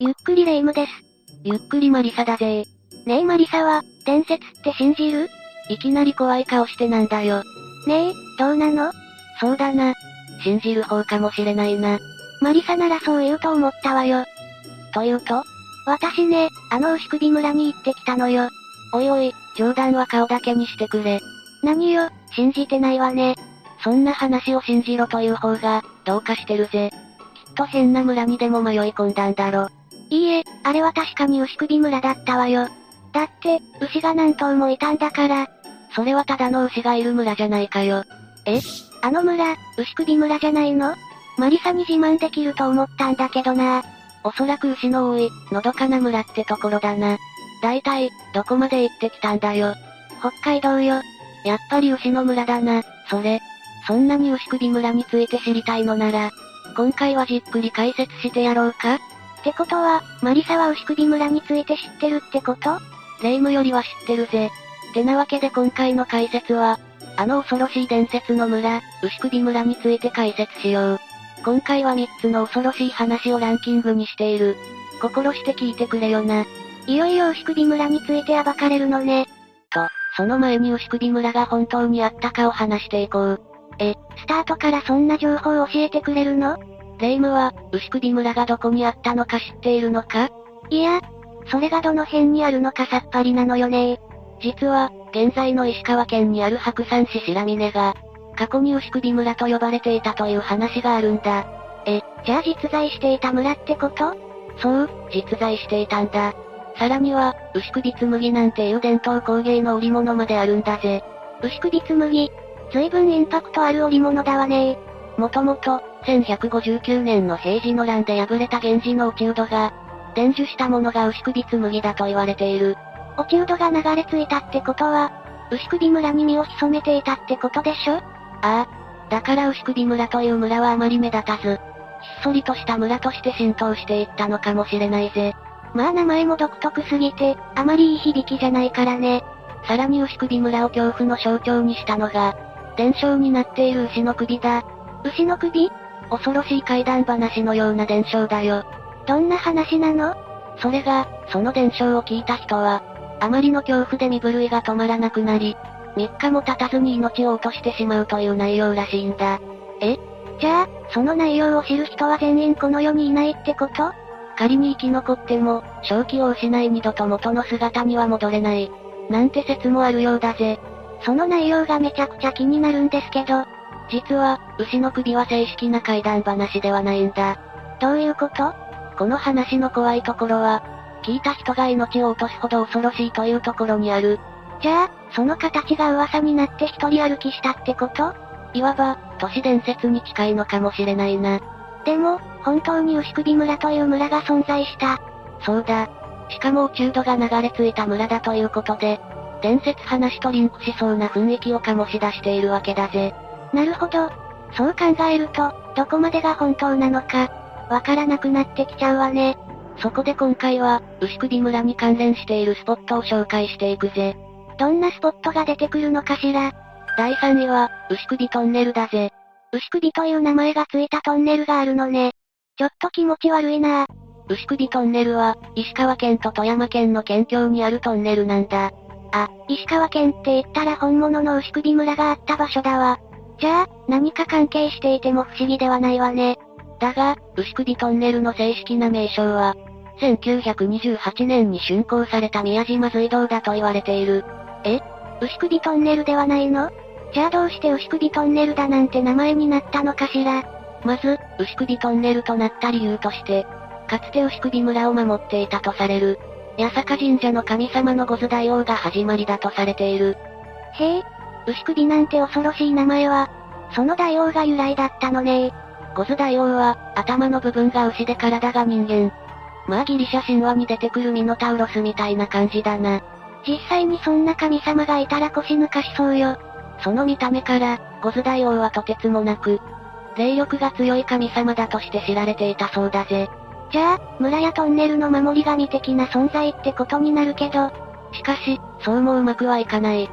ゆっくりレ夢ムです。ゆっくりマリサだぜねえマリサは、伝説って信じるいきなり怖い顔してなんだよ。ねえ、どうなのそうだな。信じる方かもしれないな。マリサならそう言うと思ったわよ。というと私ね、あの牛首村に行ってきたのよ。おいおい、冗談は顔だけにしてくれ。何よ、信じてないわね。そんな話を信じろという方が、どうかしてるぜ。きっと変な村にでも迷い込んだんだろ。いいえ、あれは確かに牛首村だったわよ。だって、牛が何頭もいたんだから、それはただの牛がいる村じゃないかよ。あの村、牛首村じゃないのマリサに自慢できると思ったんだけどな。おそらく牛の多い、のどかな村ってところだな。だいたい、どこまで行ってきたんだよ。北海道よ。やっぱり牛の村だな、それ。そんなに牛首村について知りたいのなら、今回はじっくり解説してやろうかってことは、マリサは牛首村について知ってるってこと霊夢よりは知ってるぜ。てなわけで今回の解説は、あの恐ろしい伝説の村、牛首村について解説しよう。今回は3つの恐ろしい話をランキングにしている。心して聞いてくれよな。いよいよ牛首村について暴かれるのね。その前に牛首村が本当にあったかを話していこう。スタートからそんな情報を教えてくれるの霊夢は、牛首村がどこにあったのか知っているのかいや、それがどの辺にあるのかさっぱりなのよね実は、現在の石川県にある白山市白峰が、過去に牛首村と呼ばれていたという話があるんだ。じゃあ実在していた村ってことそう、実在していたんだ。さらには、牛首紬なんていう伝統工芸の織物まであるんだぜ。牛首紬。ずいぶんインパクトある織物だわねもともと、1159年の平治の乱で敗れた源氏の落人が、伝授したものが牛首紬だと言われている。落ちうどが流れ着いたってことは、牛首村に身を潜めていたってことでしょああ、だから牛首村という村はあまり目立たず、ひっそりとした村として浸透していったのかもしれないぜ。まあ名前も独特すぎて、あまりいい響きじゃないからね。さらに牛首村を恐怖の象徴にしたのが、伝承になっている牛の首だ。牛の首恐ろしい怪談話のような伝承だよ。どんな話なのそれが、その伝承を聞いた人は、あまりの恐怖で身震いが止まらなくなり、3日も経たずに命を落としてしまうという内容らしいんだ。じゃあ、その内容を知る人は全員この世にいないってこと仮に生き残っても、正気を失い二度と元の姿には戻れない。なんて説もあるようだぜ。その内容がめちゃくちゃ気になるんですけど、実は、牛の首は正式な怪談話ではないんだ。どういうことこの話の怖いところは、聞いた人が命を落とすほど恐ろしいというところにある。じゃあ、その形が噂になって一人歩きしたってこといわば、都市伝説に近いのかもしれないな。でも、本当に牛首村という村が存在した。そうだ。しかも宇宙度が流れ着いた村だということで、伝説話とリンクしそうな雰囲気を醸し出しているわけだぜ。なるほど。そう考えると、どこまでが本当なのか、わからなくなってきちゃうわね。そこで今回は、牛首村に関連しているスポットを紹介していくぜ。どんなスポットが出てくるのかしら。第3位は、牛首トンネルだぜ。牛首という名前がついたトンネルがあるのね。ちょっと気持ち悪いな牛首トンネルは、石川県と富山県の県境にあるトンネルなんだ。あ、石川県って言ったら本物の牛首村があった場所だわ。じゃあ、何か関係していても不思議ではないわね。だが、牛首トンネルの正式な名称は、1928年に竣工された宮島隧道だと言われている。牛首トンネルではないのじゃあどうして牛首トンネルだなんて名前になったのかしら。まず、牛首トンネルとなった理由として、かつて牛首村を守っていたとされる、八坂神社の神様の御頭大王が始まりだとされている。へえ、牛首なんて恐ろしい名前は、その大王が由来だったのねゴズ大王は、頭の部分が牛で体が人間。まあギリシャ神話に出てくるミノタウロスみたいな感じだな。実際にそんな神様がいたら腰抜かしそうよ。その見た目から、ゴズ大王はとてつもなく、霊力が強い神様だとして知られていたそうだぜ。じゃあ、村やトンネルの守り神的な存在ってことになるけど、しかし、そうもうまくはいかない。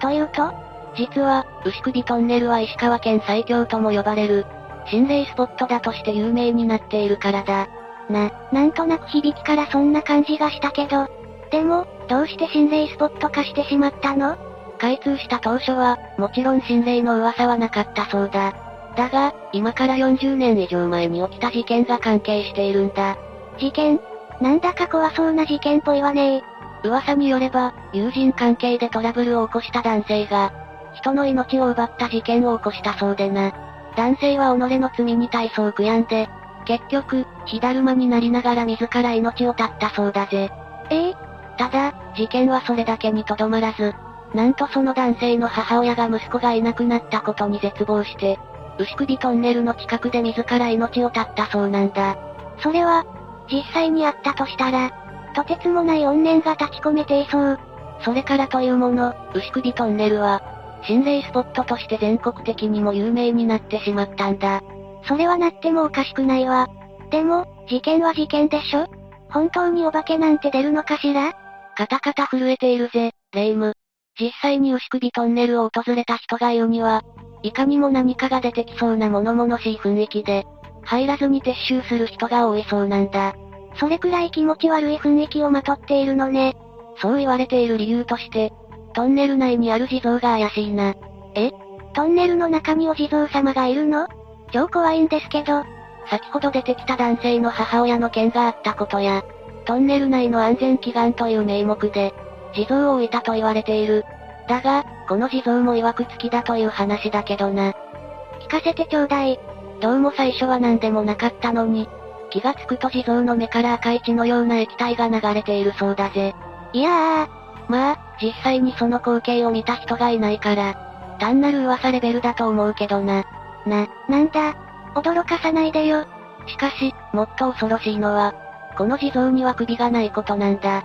というと、実は、牛首トンネルは石川県最強とも呼ばれる、心霊スポットだとして有名になっているからだ。な、なんとなく響きからそんな感じがしたけど。でも、どうして心霊スポット化してしまったの開通した当初は、もちろん心霊の噂はなかったそうだ。だが、今から40年以上前に起きた事件が関係しているんだ。事件なんだか怖そうな事件っぽいわね噂によれば、友人関係でトラブルを起こした男性が、人の命を奪った事件を起こしたそうでな。男性は己の罪に体操を悔やんで、結局、火だるまになりながら自ら命を絶ったそうだぜ。ええただ、事件はそれだけにとどまらず、なんとその男性の母親が息子がいなくなったことに絶望して、牛首トンネルの近くで自ら命を絶ったそうなんだ。それは、実際にあったとしたら、とてつもない怨念が立ち込めていそう。それからというもの、牛首トンネルは、心霊スポットとして全国的にも有名になってしまったんだ。それはなってもおかしくないわ。でも、事件は事件でしょ本当にお化けなんて出るのかしらカタカタ震えているぜ、レイム。実際に牛首トンネルを訪れた人が言うには、いかにも何かが出てきそうな物々しい雰囲気で、入らずに撤収する人が多いそうなんだ。それくらい気持ち悪い雰囲気をまとっているのね。そう言われている理由として、トンネル内にある地蔵が怪しいな。トンネルの中にお地蔵様がいるの超怖いんですけど、先ほど出てきた男性の母親の件があったことや、トンネル内の安全祈願という名目で、地蔵を置いたと言われている。だが、この地蔵も曰くつきだという話だけどな。聞かせてちょうだい。どうも最初は何でもなかったのに、気がつくと地蔵の目から赤い血のような液体が流れているそうだぜ。いやまあ、実際にその光景を見た人がいないから、単なる噂レベルだと思うけどな。な、ー、なんだ。驚かさないでよ。しかし、もっと恐ろしいのは、この地蔵には首がないことなんだ。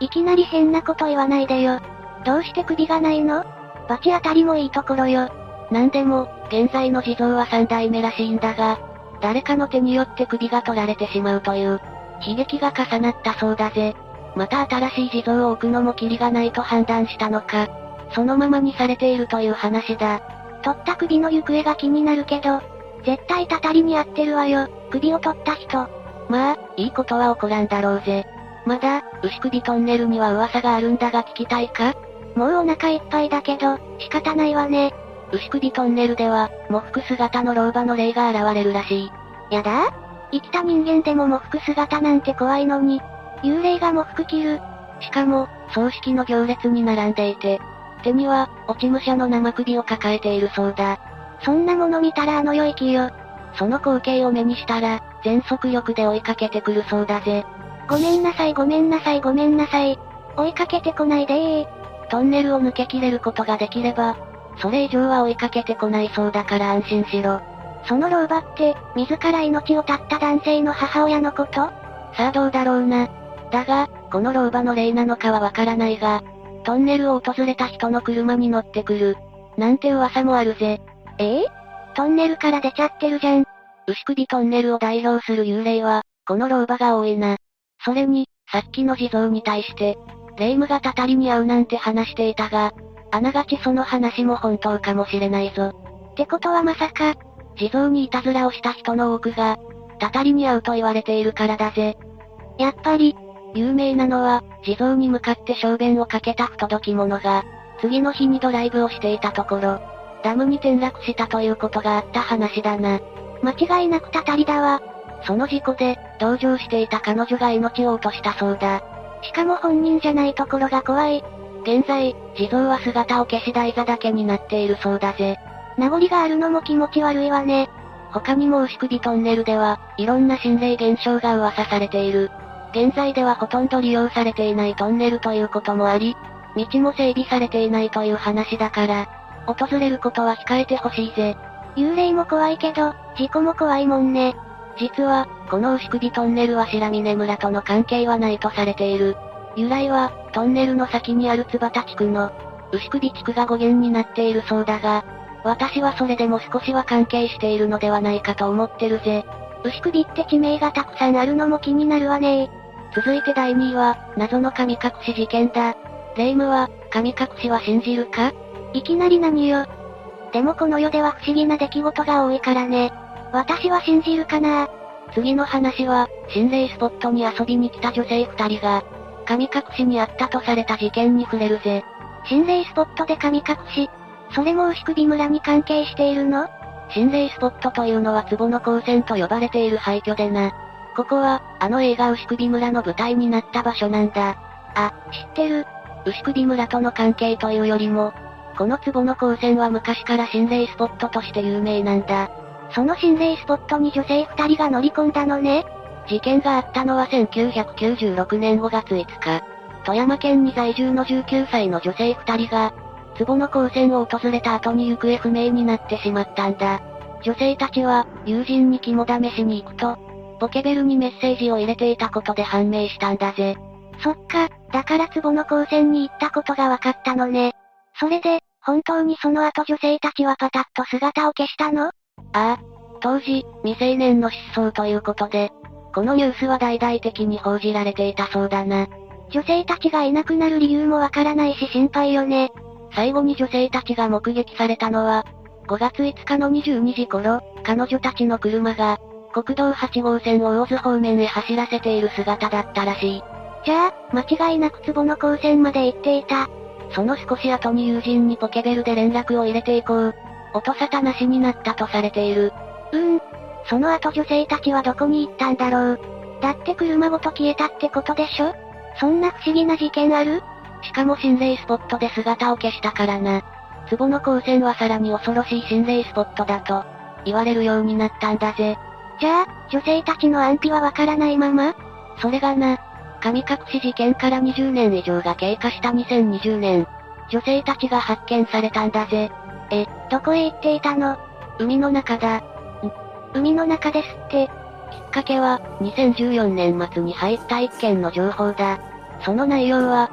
いきなり変なこと言わないでよ。どうして首がないの罰当たりもいいところよ。なんでも、現在の地蔵は三代目らしいんだが、誰かの手によって首が取られてしまうという、悲劇が重なったそうだぜ。また新しい地蔵を置くのもキリがないと判断したのか、そのままにされているという話だ。取った首の行方が気になるけど、絶対たたりに合ってるわよ。首を取った人。まあ、いいことは起こらんだろうぜ。まだ、牛首トンネルには噂があるんだが聞きたいかもうお腹いっぱいだけど、仕方ないわね。牛首トンネルでは、喪服姿の老婆の霊が現れるらしい。やだ生きた人間でも喪服姿なんて怖いのに、幽霊が喪服着る。しかも、葬式の行列に並んでいて、手には、落ち武者の生首を抱えているそうだ。そんなもの見たらあの世行きよ。その光景を目にしたら、全速力で追いかけてくるそうだぜ。ごめんなさいごめんなさいごめんなさい。追いかけてこないでー。トンネルを抜けきれることができれば、それ以上は追いかけてこないそうだから安心しろ。その老婆って、自ら命を絶った男性の母親のことさあどうだろうな。だが、この老婆の霊なのかはわからないが、トンネルを訪れた人の車に乗ってくる。なんて噂もあるぜ。ええトンネルから出ちゃってるじゃん。牛首トンネルを代表する幽霊は、この老婆が多いな。それに、さっきの地蔵に対して、霊夢がたたりに合うなんて話していたが、あながちその話も本当かもしれないぞ。ってことはまさか、地蔵にいたずらをした人の多くが、たたりに合うと言われているからだぜ。やっぱり、有名なのは、地蔵に向かって小便をかけた不届き者が、次の日にドライブをしていたところ、ダムに転落したということがあった話だな。間違いなくたたりだわ。その事故で、同乗していた彼女が命を落としたそうだ。しかも本人じゃないところが怖い。現在、地蔵は姿を消し台座だけになっているそうだぜ。名残があるのも気持ち悪いわね。他にも牛首トンネルでは、いろんな心霊現象が噂されている。現在ではほとんど利用されていないトンネルということもあり、道も整備されていないという話だから、訪れることは控えてほしいぜ。幽霊も怖いけど、事故も怖いもんね。実は、この牛首トンネルは白峰村との関係はないとされている。由来は、トンネルの先にある津畑地区の、牛首地区が語源になっているそうだが、私はそれでも少しは関係しているのではないかと思ってるぜ。牛首って地名がたくさんあるのも気になるわね続いて第2位は、謎の神隠し事件だ。霊夢は、神隠しは信じるかいきなり何よ。でもこの世では不思議な出来事が多いからね。私は信じるかな次の話は、心霊スポットに遊びに来た女性二人が、神隠しにあったとされた事件に触れるぜ。心霊スポットで神隠し。それも牛首村に関係しているの心霊スポットというのは壺の光線と呼ばれている廃墟でな。ここは、あの映画牛首村の舞台になった場所なんだ。あ、知ってる。牛首村との関係というよりも、この壺の光線は昔から心霊スポットとして有名なんだ。その心霊スポットに女性二人が乗り込んだのね。事件があったのは1996年5月5日、富山県に在住の19歳の女性2人が、壺の光線を訪れた後に行方不明になってしまったんだ。女性たちは、友人に肝試しに行くと、ポケベルにメッセージを入れていたことで判明したんだぜ。そっか、だから壺の光線に行ったことが分かったのね。それで、本当にその後女性たちはパタッと姿を消したのああ、当時、未成年の失踪ということで、このニュースは大々的に報じられていたそうだな。女性たちがいなくなる理由もわからないし心配よね。最後に女性たちが目撃されたのは、5月5日の22時頃、彼女たちの車が、国道8号線を大津方面へ走らせている姿だったらしい。じゃあ、間違いなく壺の光線まで行っていた。その少し後に友人にポケベルで連絡を入れていこう。音沙汰なしになったとされている。うーん。その後女性たちはどこに行ったんだろう。だって車ごと消えたってことでしょそんな不思議な事件あるしかも心霊スポットで姿を消したからな。壺の光線はさらに恐ろしい心霊スポットだと、言われるようになったんだぜ。じゃあ、女性たちの安否はわからないままそれがな、神隠し事件から20年以上が経過した2020年、女性たちが発見されたんだぜ。え、どこへ行っていたの海の中だ。海の中ですっきて、っかけは、2014年末に入った一件の情報だ。その内容は、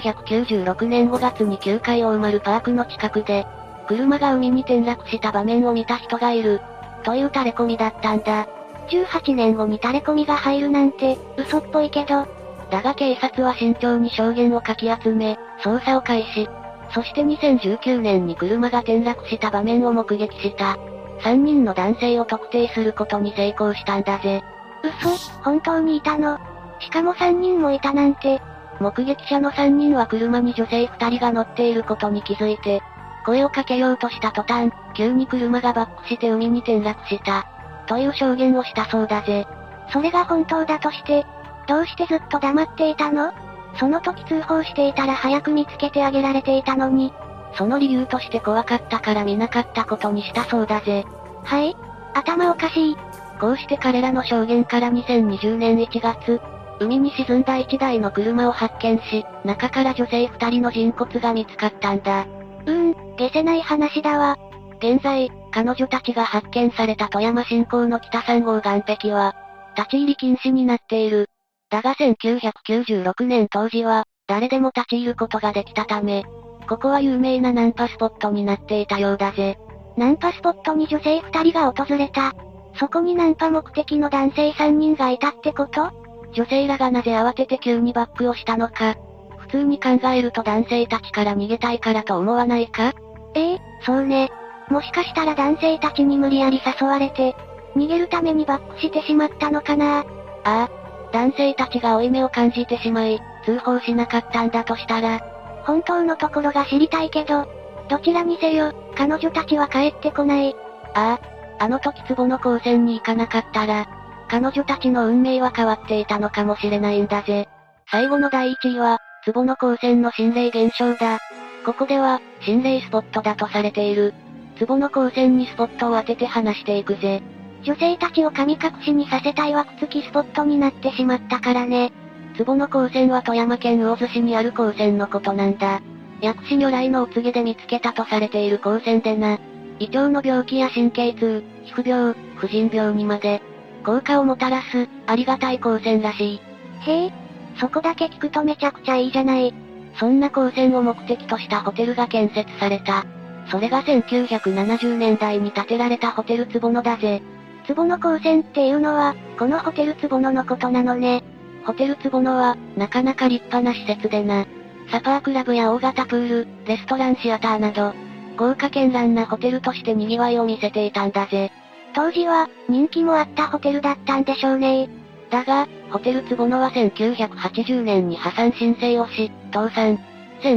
1996年5月に旧海大丸パークの近くで、車が海に転落した場面を見た人がいる、というタレコミだったんだ。 18年後にタレコミが入るなんて、嘘っぽいけど、だが警察は慎重に証言をかき集め、捜査を開始。そして2019年に車が転落した場面を目撃した。3人の男性を特定することに成功したんだぜ。嘘、本当にいたの。しかも3人もいたなんて、目撃者の3人は車に女性2人が乗っていることに気づいて、声をかけようとした途端、急に車がバックして海に転落した。という証言をしたそうだぜ。それが本当だとして、どうしてずっと黙っていたのその時通報していたら早く見つけてあげられていたのに、その理由として怖かったから見なかったことにしたそうだぜ。はい頭おかしい。こうして彼らの証言から2020年1月、海に沈んだ1台の車を発見し、中から女性2人の人骨が見つかったんだ。うーん、消せない話だわ。現在、彼女たちが発見された富山新港の北三号岸壁は、立ち入り禁止になっている。だが1996年当時は、誰でも立ち入ることができたため、ここは有名なナンパスポットになっていたようだぜ。ナンパスポットに女性二人が訪れた。そこにナンパ目的の男性三人がいたってこと女性らがなぜ慌てて急にバックをしたのか。普通に考えると男性たちから逃げたいからと思わないかええそうね。もしかしたら男性たちに無理やり誘われて、逃げるためにバックしてしまったのかなああ。男性たちが負い目を感じてしまい、通報しなかったんだとしたら、本当のところが知りたいけど、どちらにせよ、彼女たちは帰ってこない。ああ、あの時壺の光線に行かなかったら、彼女たちの運命は変わっていたのかもしれないんだぜ。最後の第1位は、壺の光線の心霊現象だ。ここでは、心霊スポットだとされている。壺の光線にスポットを当てて話していくぜ。女性たちを神隠しにさせたい枠付きスポットになってしまったからね。壺の光線は富山県魚津市にある光線のことなんだ。薬師如来のお告げで見つけたとされている光線でな。胃腸の病気や神経痛、皮膚病、婦人病にまで、効果をもたらす、ありがたい光線らしい。へえ、そこだけ聞くとめちゃくちゃいいじゃない。そんな光線を目的としたホテルが建設された。それが1970年代に建てられたホテル壺野だぜ。壺の光線っていうのは、このホテル壺ののことなのね。ホテル壺野は、なかなか立派な施設でな。サファークラブや大型プール、レストランシアターなど、豪華絢爛なホテルとして賑わいを見せていたんだぜ。当時は、人気もあったホテルだったんでしょうねだが、ホテル坪野は1980年に破産申請をし、倒産。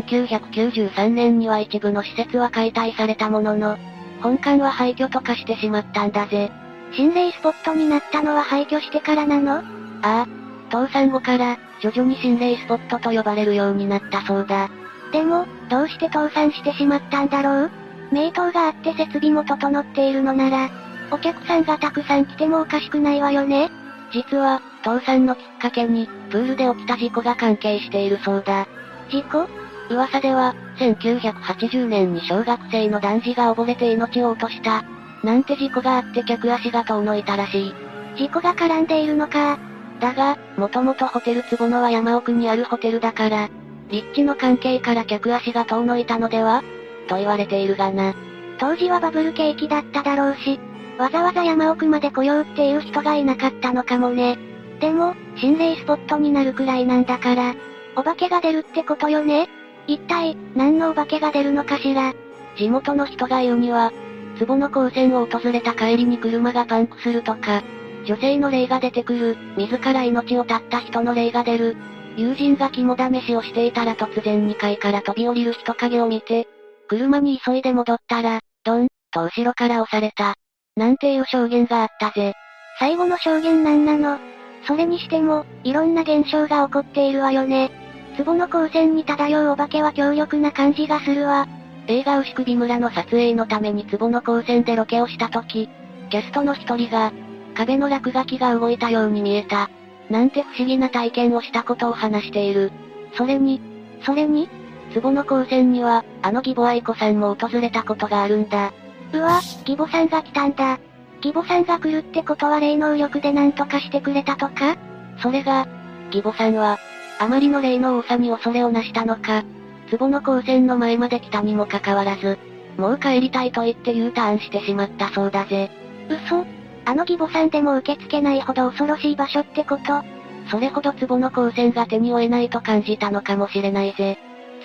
1993年には一部の施設は解体されたものの、本館は廃墟と化してしまったんだぜ。心霊スポットになったのは廃墟してからなのああ、倒産後から、徐々に心霊スポットと呼ばれるようになったそうだ。でも、どうして倒産してしまったんだろう名刀があって設備も整っているのなら、お客さんがたくさん来てもおかしくないわよね実は、倒産のきっかけに、プールで起きた事故が関係しているそうだ。事故噂では、1980年に小学生の男児が溺れて命を落とした。なんて事故があって客足が遠のいたらしい。事故が絡んでいるのか。だが、もともとホテル坪野は山奥にあるホテルだから、立地の関係から客足が遠のいたのではと言われているがな。当時はバブル景気だっただろうし、わざわざ山奥まで来ようっていう人がいなかったのかもね。でも、心霊スポットになるくらいなんだから、お化けが出るってことよね一体、何のお化けが出るのかしら地元の人が言うには、壺の高専を訪れた帰りに車がパンクするとか、女性の霊が出てくる、自ら命を絶った人の霊が出る、友人が肝試しをしていたら突然2階から飛び降りる人影を見て、車に急いで戻ったら、ドン、と後ろから押された。なんていう証言があったぜ。最後の証言なんなのそれにしても、いろんな現象が起こっているわよね。壺の光線に漂うお化けは強力な感じがするわ。映画牛首村の撮影のために壺の光線でロケをした時、キャストの一人が、壁の落書きが動いたように見えた。なんて不思議な体験をしたことを話している。それに、それに、壺の光線には、あの義母愛子さんも訪れたことがあるんだ。うわ、義母さんが来たんだ。義母さんが来るってことは霊能力で何とかしてくれたとかそれが、義母さんは、あまりの霊の多さに恐れをなしたのか、壺の光線の前まで来たにもかかわらず、もう帰りたいと言って U ターンしてしまったそうだぜ。嘘あの義母さんでも受け付けないほど恐ろしい場所ってことそれほど壺の光線が手に負えないと感じたのかもしれないぜ。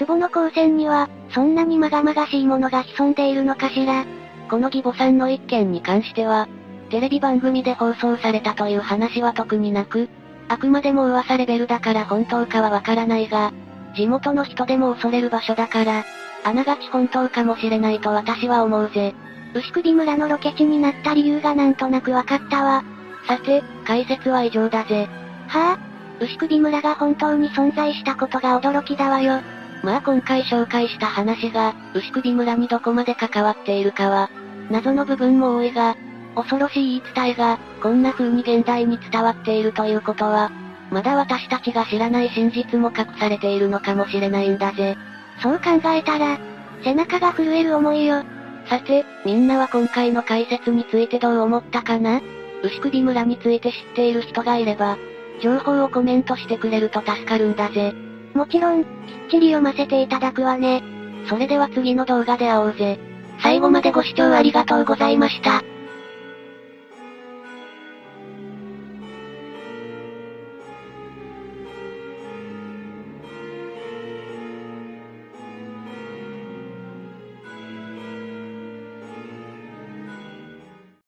壺の光線には、そんなにまがまがしいものが潜んでいるのかしらこの義母さんの一件に関しては、テレビ番組で放送されたという話は特になく、あくまでも噂レベルだから本当かはわからないが、地元の人でも恐れる場所だから、あながち本当かもしれないと私は思うぜ。牛首村のロケ地になった理由がなんとなくわかったわ。さて、解説は以上だぜ。はぁ、牛首村が本当に存在したことが驚きだわよ。まあ今回紹介した話が、牛首村にどこまで関わっているかは、謎の部分も多いが、恐ろしい言い伝えが、こんな風に現代に伝わっているということは、まだ私たちが知らない真実も隠されているのかもしれないんだぜ。そう考えたら、背中が震える思いよ。さて、みんなは今回の解説についてどう思ったかな牛首村について知っている人がいれば、情報をコメントしてくれると助かるんだぜ。もちろん、きっちり読ませていただくわね。それでは次の動画で会おうぜ。最後までご視聴ありがとうございました。